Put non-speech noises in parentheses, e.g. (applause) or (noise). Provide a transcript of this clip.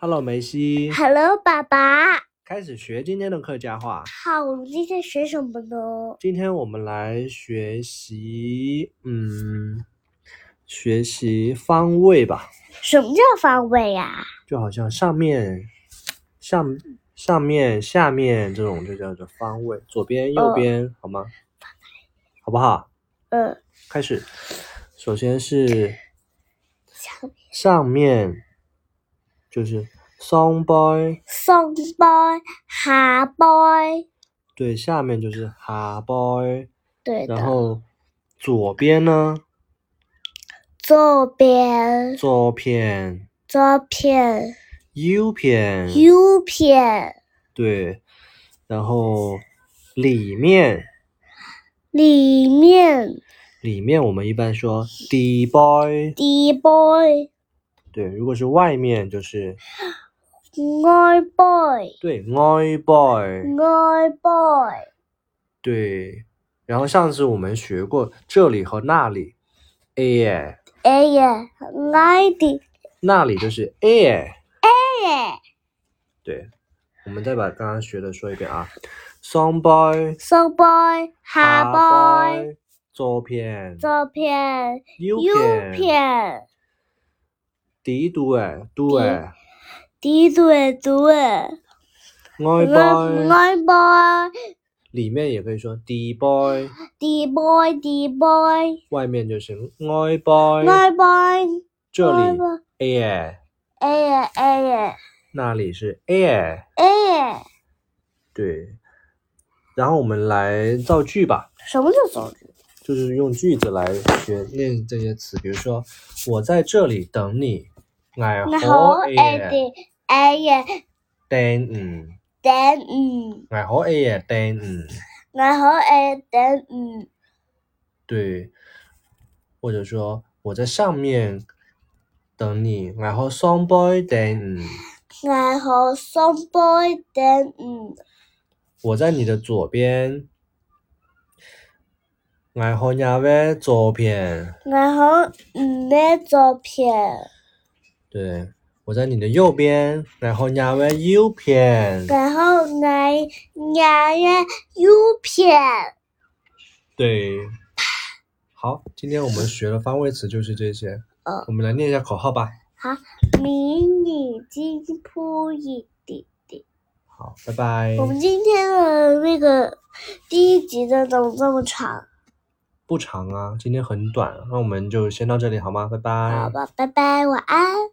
Hello，梅西， Hello，爸爸。开始学今天的客家话。好，我们今天学什么呢？今天我们来学习，嗯，学习方位吧，什么叫方位啊呀、就好像上面、上、上面、下面这种就叫做方位，左边、右边，好吗？好不好？嗯，开始，首先是上上面，就是双 boy，松 boy、下 boy，对，下面就是哈 boy，对然的。后左边呢，左边、左偏、左偏、右偏，右偏，对，然后里面里面里面我们一般说 d boy， d boy、对，如果是外面就是外 boy、对 i 嗯 boy，外 boy。对，然后上次我们学过这里和那里，air，哎呀，爱的那里就是 air，哎，对，我们再把刚刚学的说一遍啊，song boy，松 boy、下 boy， boy，左偏，左偏、右右偏，偏。 d 度哎，度哎。滴对对，爱 boy 爱 boy，里面也可以说 d boy，滴 boy 滴 boy，外面就是爱 boy，爱 boy，这里 boy air，哎呀哎呀那里是 air，哎呀，对。然后我们来造句吧，什么叫走路？就是用句子来学练这些词，比如说我在这里等你，爱那好好哎 air 的哎呀，等你，等嗯，爱好 air 等嗯你，那好哎等嗯，对。或者说我在上面等你，爱好 song boy 等你。那好松 boy 等嗯，我在你的左边，然后伢在左边，那好嗯的照片，对，我在你的右边，然后伢在右边，然后来伢呀右片，对。好，今天我们学的方位词就是这些。 (laughs) 嗯我们来念一下口号吧。迷你金铺一滴滴。好，拜拜我。们今天的那个第一集的怎么这么长？不长啊，今天很短，那我们就先到这里好吗？拜拜。好吧，拜拜，晚安。